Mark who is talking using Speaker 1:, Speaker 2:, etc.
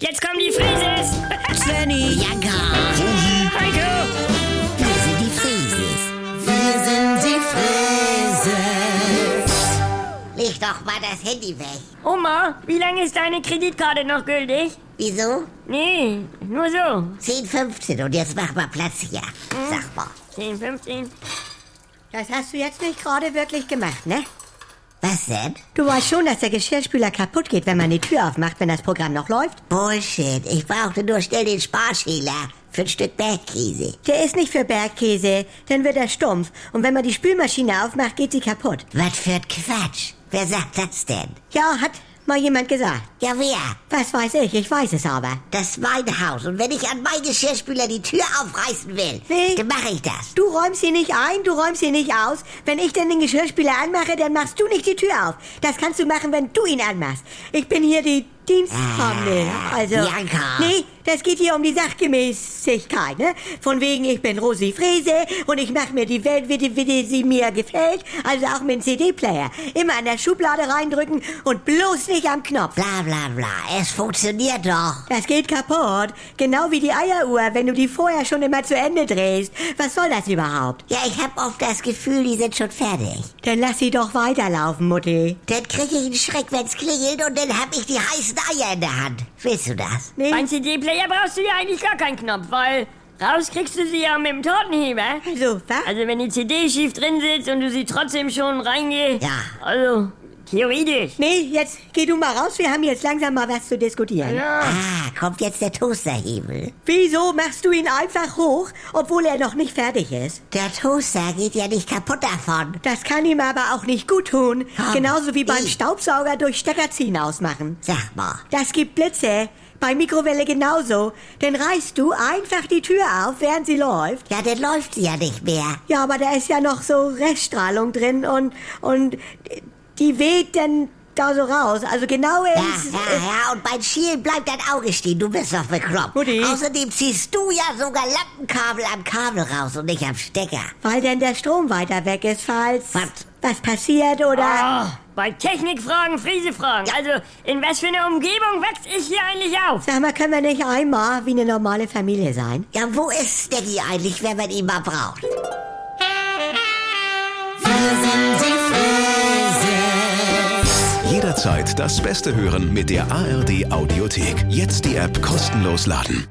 Speaker 1: Jetzt kommen die Frises!
Speaker 2: Svenny,
Speaker 3: Ja, gar.
Speaker 1: Heiko!
Speaker 3: Wir sind die Frieses. Wir sind die Frieses. Leg doch mal das Handy weg.
Speaker 1: Oma, wie lange ist deine Kreditkarte noch gültig?
Speaker 3: Wieso?
Speaker 1: Nee, nur so.
Speaker 3: 10, 15 und jetzt mach mal Platz hier. Sag mal.
Speaker 1: 10, 15.
Speaker 2: das hast du jetzt nicht gerade wirklich gemacht, ne?
Speaker 3: Was denn?
Speaker 2: Du weißt schon, dass der Geschirrspüler kaputt geht, wenn man die Tür aufmacht, wenn das Programm noch läuft.
Speaker 3: Bullshit. Ich brauchte nur schnell den Sparschäler für ein Stück Bergkäse.
Speaker 2: Der ist nicht für Bergkäse, dann wird er stumpf. Und wenn man die Spülmaschine aufmacht, geht sie kaputt.
Speaker 3: Was für ein Quatsch. Wer sagt das denn?
Speaker 2: Ja, hat mal jemand gesagt.
Speaker 3: Ja, wer?
Speaker 2: Was weiß ich, ich weiß es aber.
Speaker 3: Das ist mein Haus. Und wenn ich an meinen Geschirrspüler die Tür aufreißen will,
Speaker 2: Nee.
Speaker 3: dann mache ich das.
Speaker 2: Du räumst sie nicht ein, du räumst sie nicht aus. Wenn ich denn den Geschirrspüler anmache, dann machst du nicht die Tür auf. Das kannst du machen, wenn du ihn anmachst. Ich bin hier die Dienstformel.
Speaker 3: Ah,
Speaker 2: Also.
Speaker 3: Bianca.
Speaker 2: Nee, das geht hier um die Sachgemäßigkeit, ne? Von wegen, ich bin Rosi Frese und ich mache mir die Welt, wie, die, wie die sie mir gefällt. Also auch mit dem CD-Player. Immer in der Schublade reindrücken und bloß nicht am Knopf.
Speaker 3: Bla bla bla. Es funktioniert doch.
Speaker 2: Das geht kaputt. Genau wie die Eieruhr, wenn du die vorher schon immer zu Ende drehst. Was soll das überhaupt?
Speaker 3: Ja, ich hab oft das Gefühl, die sind schon fertig.
Speaker 2: Dann lass sie doch weiterlaufen, Mutti.
Speaker 3: Dann krieg ich einen Schreck, wenn's klingelt und dann hab ich die heißen Eier in der Hand. Willst du das?
Speaker 2: Nee.
Speaker 1: Beim CD-Player brauchst du ja eigentlich gar keinen Knopf, weil raus kriegst du sie ja mit dem Tortenheber.
Speaker 2: Also, was?
Speaker 1: Also wenn die CD schief drin sitzt und du sie trotzdem schon reingehst.
Speaker 3: Ja.
Speaker 1: Also, theoretisch.
Speaker 2: Nee, jetzt geh du mal raus, wir haben jetzt langsam mal was zu diskutieren.
Speaker 1: Ja.
Speaker 3: Ah, kommt jetzt der Toasterhebel.
Speaker 2: Wieso machst du ihn einfach hoch, obwohl er noch nicht fertig ist?
Speaker 3: Der Toaster geht ja nicht kaputt davon.
Speaker 2: Das kann ihm aber auch nicht gut tun.
Speaker 3: Ah,
Speaker 2: Genauso wie beim
Speaker 3: ich.
Speaker 2: Staubsauger durch Stecker ziehen ausmachen.
Speaker 3: Sag mal.
Speaker 2: Das gibt Blitze. Bei Mikrowelle genauso. Dann reißt du einfach die Tür auf, während sie läuft.
Speaker 3: Ja, dann läuft sie ja nicht mehr.
Speaker 2: Ja, aber da ist ja noch so Reststrahlung drin und, und die weht dann da so raus. Also genau
Speaker 3: Ja,
Speaker 2: ins...
Speaker 3: ja, ja, und beim Schielen bleibt dein Auge stehen. Du bist doch bekloppt.
Speaker 2: Mutti.
Speaker 3: Außerdem ziehst du ja sogar Lampenkabel am Kabel raus und nicht am Stecker.
Speaker 2: Weil dann der Strom weiter weg ist, falls
Speaker 3: Was?
Speaker 2: was passiert oder...
Speaker 1: Ah, bei Technikfragen, Friesefragen. Also, in was für einer Umgebung wächst ich hier eigentlich auf?
Speaker 2: Sag mal, können wir nicht einmal wie eine normale Familie sein?
Speaker 3: Ja, wo ist Snacky eigentlich, wenn man ihn mal braucht?
Speaker 4: Jederzeit das Beste hören mit der ARD Audiothek. Jetzt die App kostenlos laden.